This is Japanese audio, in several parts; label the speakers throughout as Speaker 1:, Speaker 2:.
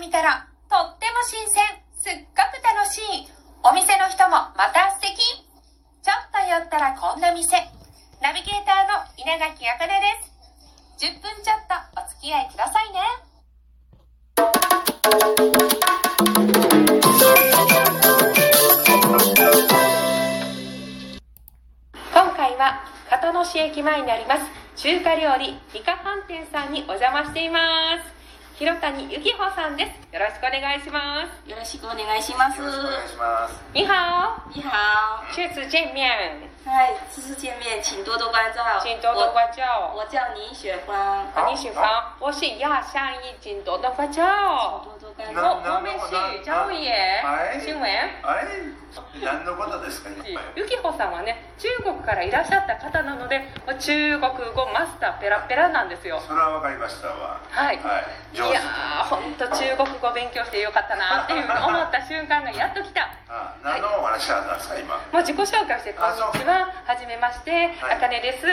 Speaker 1: みたら、とっても新鮮、すっごく楽しい。お店の人もまた素敵。ちょっと寄ったらこんな店。ナビゲーターの稲垣あかねです。10分ちょっとお付き合いくださいね。今回は片野市駅前にあります中華料理美香飯店さんにお邪魔しています広谷由紀穂さんですよろしくお願いします
Speaker 2: よろしくお願いします。
Speaker 3: よろしくお願いします。
Speaker 1: 你好
Speaker 2: 你好，
Speaker 1: ชื่อสุเจนเมียน
Speaker 2: 嗨，初次见面，请多多关照。哦
Speaker 1: จินโตโตกวาเจ้า
Speaker 2: 我我叫林雪芳，
Speaker 1: อันนี้ชื่อฟ้า我是亚善一จินโตโตกวาเจ้า
Speaker 2: 多多关
Speaker 1: 我
Speaker 2: 照。
Speaker 1: 我们是张伟
Speaker 3: はい
Speaker 1: 新闻
Speaker 3: あれ何のことですかね。
Speaker 1: ゆきほさんはね中国からいらっしゃった方なので中国語マスターペラペラなんですよ
Speaker 3: それはわかりましたわ。
Speaker 1: はい
Speaker 3: はい。
Speaker 1: い
Speaker 3: 上
Speaker 1: や
Speaker 3: 手。
Speaker 1: ー本当中国語勉強してよかったなっていう思った瞬間がやっと来た
Speaker 3: あ、何のお話なんですか今。
Speaker 1: もう自己紹介してこんにちははじめまして
Speaker 3: はい
Speaker 1: あかねです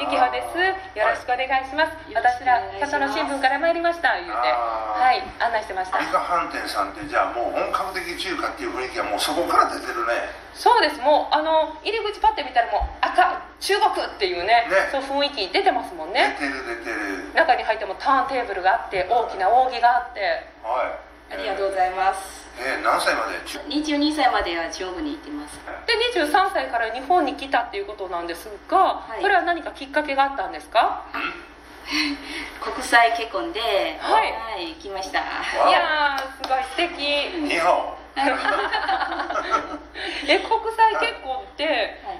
Speaker 1: ゆきほですよろしくお願いします
Speaker 2: い
Speaker 1: 私ら
Speaker 2: よろしくお願いします
Speaker 1: 片野新聞から参りました言うて
Speaker 3: あー
Speaker 1: はい案内してました
Speaker 3: 美香飯店さんってじゃあもう本格的中華っていう雰囲気はもうそこから出てるね。
Speaker 1: そうですもうあの入り口パッて見たらもう赤中国っていうね
Speaker 3: ね
Speaker 1: そう雰囲気出てますもんね
Speaker 3: 出てる出てる。
Speaker 1: 中に入ってもターンテーブルがあって大きな扇があって
Speaker 3: はい。
Speaker 2: ありがとう
Speaker 3: う。
Speaker 2: ございます。
Speaker 3: えー何歳まで中
Speaker 2: 二十二歳までは中国に行ってます。
Speaker 1: で23歳から日本に来たっていうことなんですが、
Speaker 2: はい
Speaker 1: これは何かきっかけがあったんですか
Speaker 2: 国際結婚で、
Speaker 1: はい
Speaker 2: はい、来ました。
Speaker 1: い
Speaker 3: わ
Speaker 1: やーすごい素敵
Speaker 3: お。日本。
Speaker 1: え国際結婚って
Speaker 2: はい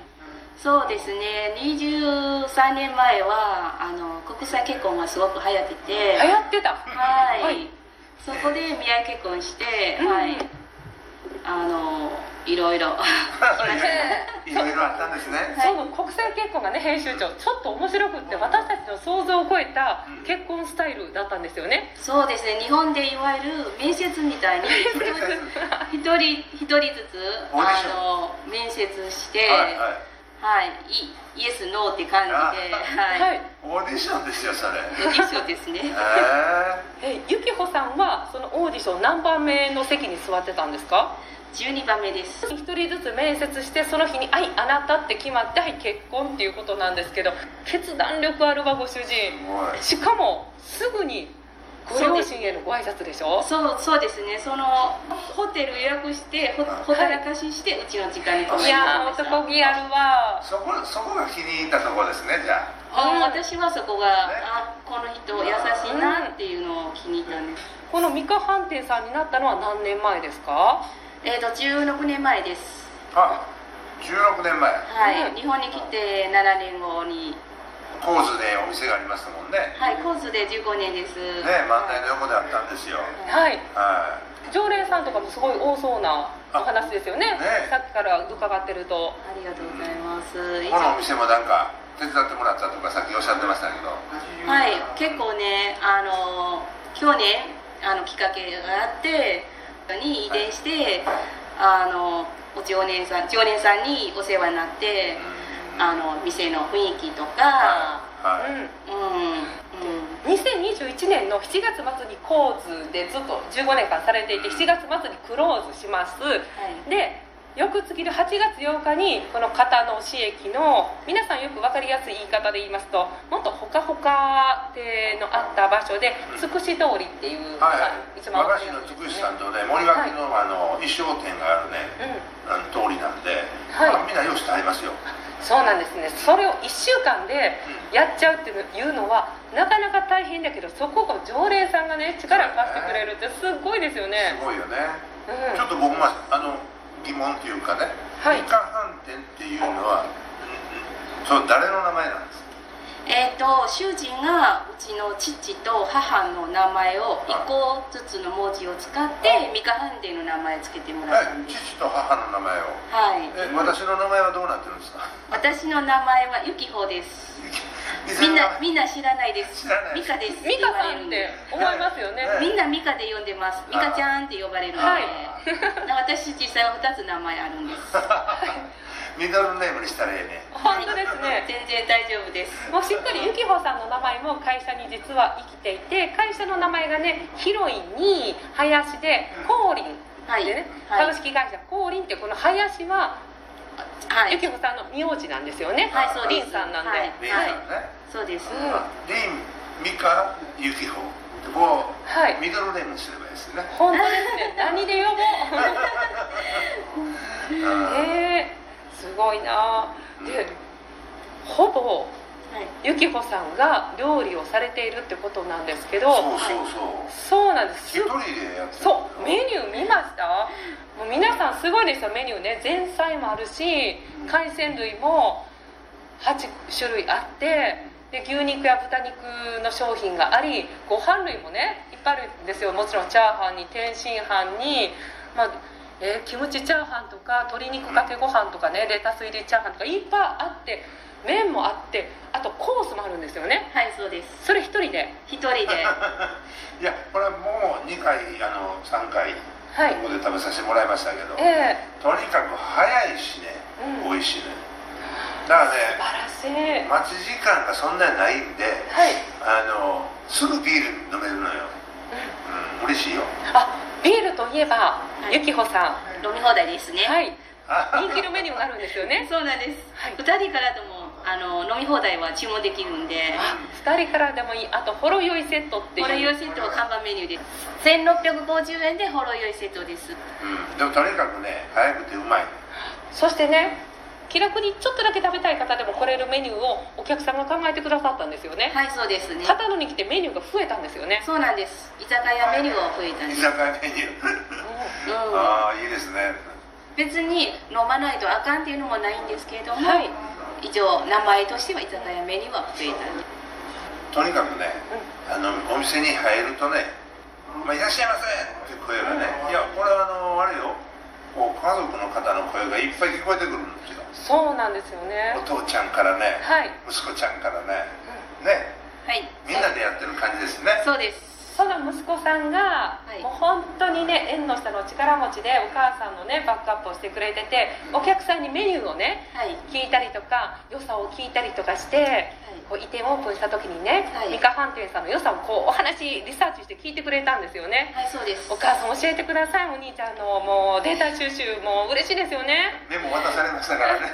Speaker 2: そうですね。二十三年前はあの国際結婚がすごく流行ってて、
Speaker 1: 流行ってた
Speaker 2: はい、
Speaker 1: はい
Speaker 2: そこで見合い結婚して、
Speaker 1: うん
Speaker 2: はい、あのいろいろ。
Speaker 3: いろいろあったんです ね。
Speaker 2: はい
Speaker 1: その国際結婚がね編集長ちょっと面白くって私たちの想像を超えた結婚スタイルだったんですよね
Speaker 2: そうですね日本でいわゆる面接みたいに一人ずつ一人一人ずつ
Speaker 3: オーディ
Speaker 2: あ
Speaker 3: ション
Speaker 2: の面接して
Speaker 3: はいはい。
Speaker 2: はい、イイエスノーって感じで
Speaker 1: は、
Speaker 2: はいい、
Speaker 3: オーディションですよそれ。
Speaker 2: オーディションですね
Speaker 3: えー。
Speaker 1: えゆきほさんはそのオーディション何番目の席に座ってたんですか
Speaker 2: 12番目です
Speaker 1: 一人ずつ面接してその日に「はいあなた」って決まって「はい結婚」っていうことなんですけど決断力あるわご主
Speaker 3: す
Speaker 1: 人
Speaker 3: ごい。
Speaker 1: しかもすぐにご両親へのご挨拶でしょ
Speaker 2: そうそうですねそのホテル予約してほほったらかしして、うちの時間に泊まり
Speaker 1: い
Speaker 2: に
Speaker 1: や
Speaker 2: 行
Speaker 1: ー
Speaker 2: きました
Speaker 1: 男気あるわ
Speaker 3: そこそこが気に入ったところですねじゃあ
Speaker 2: あ私はそこが、あこの人優しいなっていうのを気に入ったんです、
Speaker 1: この三日飯店さんになったのは何年前ですか
Speaker 2: えっ、と16年前です
Speaker 3: あ16年前
Speaker 2: はい、
Speaker 1: うん
Speaker 2: 日本に来て7年後に
Speaker 3: 神津でお店がありましたもんね
Speaker 2: はいコースで15年です
Speaker 3: ね満台の横であったんですよ
Speaker 2: はい
Speaker 1: はい
Speaker 3: は
Speaker 1: 常連さんとかもすごい多そうなお話ですよね
Speaker 3: ね
Speaker 1: さっきから伺ってると
Speaker 2: ありがとうございます
Speaker 3: い
Speaker 2: 一
Speaker 3: このお
Speaker 2: 応
Speaker 3: 店もなんか手伝ってもらったとかさっきおっしゃってましたけど
Speaker 2: はい結構ねあの去年あのきっかけがあってに移転して、あのお常連さん常連さんにお世話になってあの店の雰囲気とか
Speaker 3: は
Speaker 1: う
Speaker 3: い
Speaker 1: ん
Speaker 2: うんうん
Speaker 1: 2021年の7月末に構図でずっと15年間されていて7月末にクローズします
Speaker 2: はい
Speaker 1: で翌月の8月8日にこの片野市駅の皆さんよく分かりやすい言い方で言いますともっとほかほか亭のあった場所でつくし通りっていうのが
Speaker 3: はい
Speaker 1: 一番
Speaker 3: 和
Speaker 1: 分か
Speaker 3: 菓子の
Speaker 1: りやす
Speaker 3: つく
Speaker 1: いで
Speaker 3: し
Speaker 1: すね
Speaker 3: さんとね森脇のあの衣装店があるね
Speaker 1: う
Speaker 3: あ
Speaker 1: ん
Speaker 3: の通りなんで
Speaker 1: はい
Speaker 3: みんなよしと合いますよ
Speaker 1: そうなんですねそれを1週間で
Speaker 3: う
Speaker 1: やっちゃうっていうのはなかなか大変だけどそこを常連さんがね力を貸してくれるってすごいですよ
Speaker 3: す
Speaker 1: ね
Speaker 3: ごいよね
Speaker 1: うん
Speaker 3: ちょっと僕もあの疑問っていうかね
Speaker 1: はい
Speaker 3: みか飯店っていうのは、うんうんそれ誰の名前なんですか
Speaker 2: えー、と主人がうちの父と母の名前を一個ずつの文字を使って三河飯店の名前つけてもらったん
Speaker 3: え
Speaker 2: で
Speaker 3: 父
Speaker 2: す
Speaker 3: と母の名前を
Speaker 2: はい
Speaker 3: え私の名前はどうなってるんですか
Speaker 2: 私の名前はゆきほですみんなみんな知らないです
Speaker 3: 知らない
Speaker 2: ミカです
Speaker 1: 美香さんって思いますよね、
Speaker 3: はい
Speaker 2: みんなミカで呼んでますミカちゃんって呼ばれるので、
Speaker 1: はい
Speaker 2: 私実際は2つ名前あるんです
Speaker 3: ミドルネームにしたらええね
Speaker 1: 本当ですね
Speaker 2: 全然大丈夫です
Speaker 1: もうしっかりゆきほさんの名前も会社に実は生きていて会社の名前がねヒロインに林でコーリン
Speaker 2: はい
Speaker 1: でね、
Speaker 2: はい
Speaker 1: 株式会社コーリンってこの林は
Speaker 2: はい
Speaker 1: ゆきほさんの名字なんですよね、
Speaker 2: はいそうです
Speaker 1: リンさんなんで、
Speaker 2: はい
Speaker 3: リンさんね、
Speaker 2: そうです
Speaker 1: うん
Speaker 3: リン美香ユキホを
Speaker 1: はい
Speaker 3: ミドルネームにすればいいですね
Speaker 1: 本当です ね何で呼ぼう
Speaker 3: うん
Speaker 1: えー、すごいなでほぼ
Speaker 2: はい
Speaker 1: ゆきほさんが料理をされているってことなんですけ
Speaker 3: そ
Speaker 1: ど
Speaker 3: うそうそう
Speaker 1: そうなんですす
Speaker 3: 一人でやってる
Speaker 1: そうメニュー見ましたもう皆さんすごいですよメニューね前菜もあるし海鮮類も8種類あってで牛肉や豚肉の商品がありご飯類もねいっぱいあるんですよもちろんチャーハンに天津飯に、まあえーキムチチャーハンとか鶏肉かけご飯とかねレタス入りチャーハンとかいっぱいあって麺もあってあとコースもあるんですよね
Speaker 2: はいそうです
Speaker 1: それ一人で
Speaker 2: 一人で
Speaker 3: いやこれはもう2回あの3回こ
Speaker 1: はい
Speaker 3: こで食べさせてもらいましたけど、
Speaker 1: ええ
Speaker 3: とにかく早いしね、
Speaker 1: うん
Speaker 3: 美味しいねだから
Speaker 1: 素
Speaker 3: ね
Speaker 1: 晴ら
Speaker 3: 待
Speaker 1: しい
Speaker 3: ち時間がそんなにないんで
Speaker 1: はい
Speaker 3: あのすぐビール飲めるのよ、うん、嬉しいよ
Speaker 1: あビールといえば、
Speaker 2: い
Speaker 1: ゆきほさ
Speaker 2: 飲み放題ですね
Speaker 1: ん、はい、
Speaker 3: あ
Speaker 1: 人気のメニューがあるんですよね。
Speaker 2: そうなんです
Speaker 1: はい
Speaker 2: 2、人からでもあの飲み放題は注文できるんで
Speaker 1: あ二人からでもいい、あとほろ酔いセットっていう。
Speaker 2: ホロヨイセットは看板メニューです1650円でホロヨイセットです
Speaker 3: うん、でもとにかくね早くてうまい
Speaker 1: そしてね、気楽にちょっとだけ食べたい方でも来れるメニューをお客さんが考えてくださったんですよね。
Speaker 2: はいそうですね
Speaker 1: 片野に来てメニューが増えたんですよね。
Speaker 2: そうなんです居酒屋メニューは増えた
Speaker 3: 居
Speaker 2: んです、
Speaker 3: 酒屋メニュー
Speaker 1: う
Speaker 2: うん、
Speaker 3: ああいいですね
Speaker 2: 別に飲まないとあかんっていうのもないんですけれど
Speaker 1: ん
Speaker 2: も、
Speaker 1: はい、
Speaker 2: 一応名前としては居酒屋メニューは増えたんです
Speaker 3: とにかくねあのお店に入るとね「まあ、いらっしゃいませ」って声がねいやこれはあのあれよこう家族の方の声がいっぱい聞こえてくるんですよ
Speaker 1: そうなんですよ
Speaker 3: お
Speaker 1: ね。
Speaker 3: 父ちゃんからね
Speaker 1: はい、
Speaker 3: 息子ちゃんからねね
Speaker 2: はい
Speaker 3: みんなでやってる感じですね
Speaker 2: そうです
Speaker 1: その息子さんが、
Speaker 2: はい
Speaker 1: もう本当にね縁の下の力持ちでお母さんのねバックアップをしてくれててお客さんにメニューをね
Speaker 2: はい
Speaker 1: 聞いたりとか良さを聞いたりとかしてこう移転オープンした時にね、
Speaker 2: はい
Speaker 1: ミカ飯店さんの良さをこうお話リサーチして聞いてくれたんですよね
Speaker 2: はい、はい、そうです
Speaker 1: お母さん教えてくださいお兄ちゃんのもうデータ収集も嬉しいですよね
Speaker 3: メモ渡されましたからね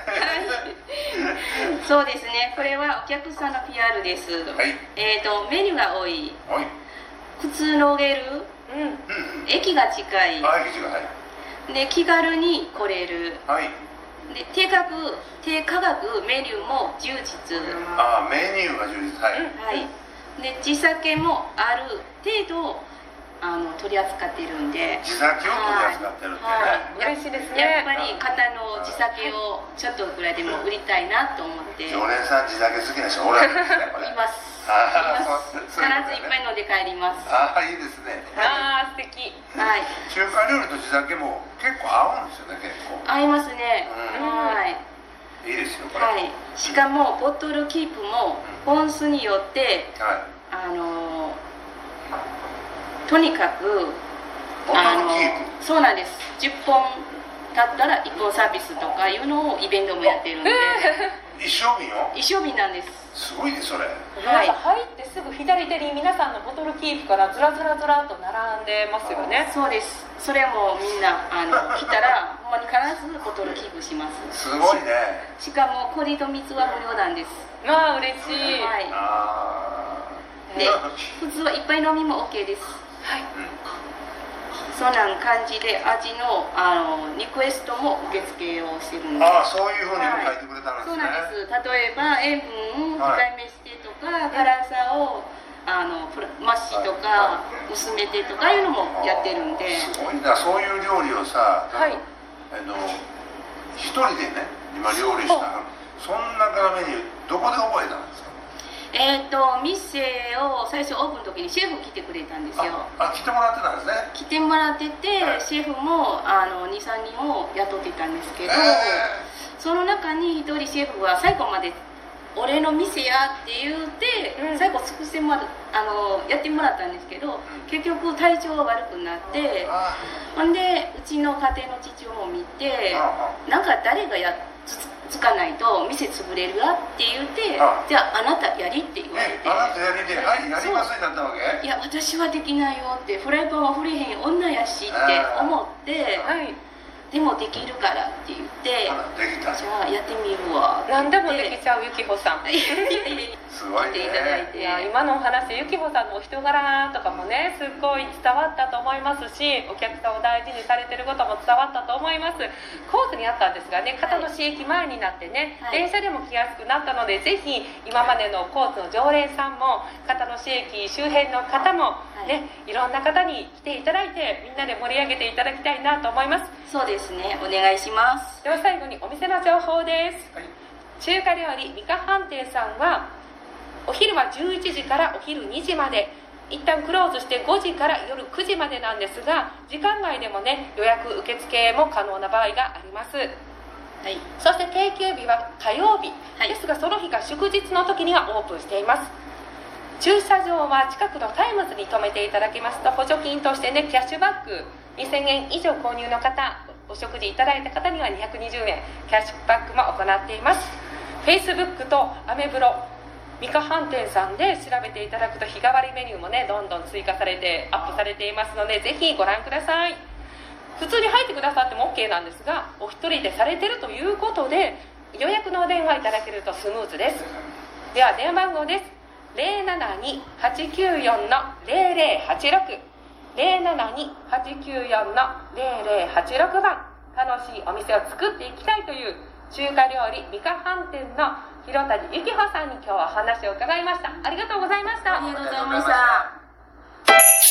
Speaker 2: そうですねこれはお客さんの PR です、
Speaker 3: はい
Speaker 2: えっ、とメニューが多い
Speaker 3: はい
Speaker 2: くつろげる
Speaker 1: う
Speaker 3: う
Speaker 1: ん
Speaker 3: んうん
Speaker 2: 駅が近い
Speaker 3: あいいですよはい
Speaker 2: で気軽に来れる
Speaker 3: はい
Speaker 2: で低額低価格メニューも充実
Speaker 3: ああメニューが充実はい、
Speaker 1: うん
Speaker 2: はいで地酒もある程度あの取り扱ってるんで
Speaker 3: 地酒を取り扱ってるんでね、
Speaker 2: は
Speaker 1: 嬉しいです
Speaker 2: やっ
Speaker 1: ね
Speaker 2: ぱり方の地酒をちょっとぐらいでも売りたいなと思ってい
Speaker 3: 常
Speaker 2: ま
Speaker 3: 連さん地酒好きな人おられるんですねこれ
Speaker 2: す
Speaker 3: あーそうそう
Speaker 2: います必ず
Speaker 3: いうことね
Speaker 2: いっぱい飲んで帰ります
Speaker 3: あ
Speaker 2: は
Speaker 3: あいいですね
Speaker 1: ああー素
Speaker 2: い
Speaker 1: 敵
Speaker 3: 中華料理と地酒も結構合うんですよね結構
Speaker 2: 合いますね
Speaker 3: うん
Speaker 2: はい
Speaker 3: いいですよこれ
Speaker 2: はいしかもボトルキープも本数によって
Speaker 3: はい
Speaker 2: あのとにか
Speaker 3: ボ
Speaker 2: く
Speaker 3: トルキープ
Speaker 2: あのそうなんです10本だったら1本サービスとかいうのをイベントもやってるんで
Speaker 3: 一生瓶を
Speaker 2: 一生日なんです
Speaker 3: すごいねそれ
Speaker 2: は
Speaker 1: 皆
Speaker 2: い
Speaker 1: さん入ってすぐ左手に皆さんのボトルキープからずらずらずらっと並んでますよね
Speaker 2: そうですそれもみんなあの来たらほんまに必ずボトルキープしま
Speaker 3: す
Speaker 2: す
Speaker 3: ごいね
Speaker 2: しかも氷と水は無料なんです
Speaker 1: まあ嬉しい、
Speaker 2: はい
Speaker 3: ああ
Speaker 2: で 普通はいっぱい飲みも OK です
Speaker 3: う
Speaker 2: そんなん感じで味のあのリクエストも受付をしてるん
Speaker 3: ん
Speaker 2: で
Speaker 3: ああそういうふうに書いてくれたんで
Speaker 2: そ
Speaker 3: す
Speaker 2: う
Speaker 3: ね
Speaker 2: なんです。例えば塩分を控
Speaker 3: はい
Speaker 2: えめしてとか、辛さをあのプラマシとか
Speaker 3: は
Speaker 2: 薄めてとかいうのもやってるんで、
Speaker 3: すごいなそういう料理をさ
Speaker 1: はい
Speaker 3: あの一人でね今料理したそんなからメニューどこで覚えたんですか
Speaker 2: えっ、と店を最初オープンの時にシェフ来てくれたんですよ。
Speaker 3: ああ来てもらってたんですね
Speaker 2: 来てもらってて、
Speaker 3: はい
Speaker 2: シェフもあの2、3人を雇ってたんですけど、
Speaker 3: え
Speaker 2: その中に1人シェフは最後まで俺の店やって言って、
Speaker 1: うん
Speaker 2: 最後尽くしてもらあのやってもらったんですけど、結局体調が悪くなっ
Speaker 3: え
Speaker 2: て。
Speaker 3: あ
Speaker 2: ほんでうちの家庭の父を見て
Speaker 3: ああ
Speaker 2: なんか誰がやっつつかないと店潰れるわって言って
Speaker 3: あ
Speaker 2: じゃああなたやりって言われ
Speaker 3: え
Speaker 2: て
Speaker 3: あなたやりで「はいやります」になったわけ
Speaker 2: いや私はできないよってフライパンは振れへん女やしって思って
Speaker 1: はい
Speaker 2: でもできるからって言って
Speaker 3: あらできた
Speaker 2: じゃあやってみるわって言って
Speaker 1: 何でもできちゃうゆきほさん
Speaker 2: いやいやいやいや
Speaker 3: すごい
Speaker 2: 来ていただい
Speaker 3: ね
Speaker 2: て
Speaker 1: いや今のお話ゆきほさんのお人柄とかもねすっごい伝わったと思いますしお客さんを大事にされてることも伝わったと思いますコースにあったんですがね片野市駅前になってね、
Speaker 2: はい
Speaker 1: 電車でも来やすくなったのでぜひ今までのコースの常連さんも片野市駅周辺の方もね、い、ろんな方に来ていただいてみんなで盛り上げていただきたいなと思います
Speaker 2: そうですねお願いします
Speaker 1: では最後にお店の情報です、
Speaker 3: はい
Speaker 1: 中華料理みかはん店さんはお昼は11時からお昼2時まで一旦クローズして5時から夜9時までなんですが時間外でもね予約受付も可能な場合があります
Speaker 2: はい
Speaker 1: そして定休日は火曜日
Speaker 2: はい
Speaker 1: ですがその日が祝日の時にはオープンしています駐車場は近くのタイムズに止めていただきますと補助金としてねキャッシュバック2000円以上購入の方お食事いただいた方には220円キャッシュバックも行っています Facebook とアメブロミカ飯店さんで調べていただくと日替わりメニューもねどんどん追加されてアップされていますのでぜひご覧ください普通に入ってくださっても OK なんですがお一人でされてるということで予約のお電話いただけるとスムーズですでは電話番号です072-894-0086 072-894-0086番楽しいお店を作っていきたいという中華料理美香飯店の広谷幸穂さんに今日はお話を伺いましたありがとうございました
Speaker 2: ありがとうございました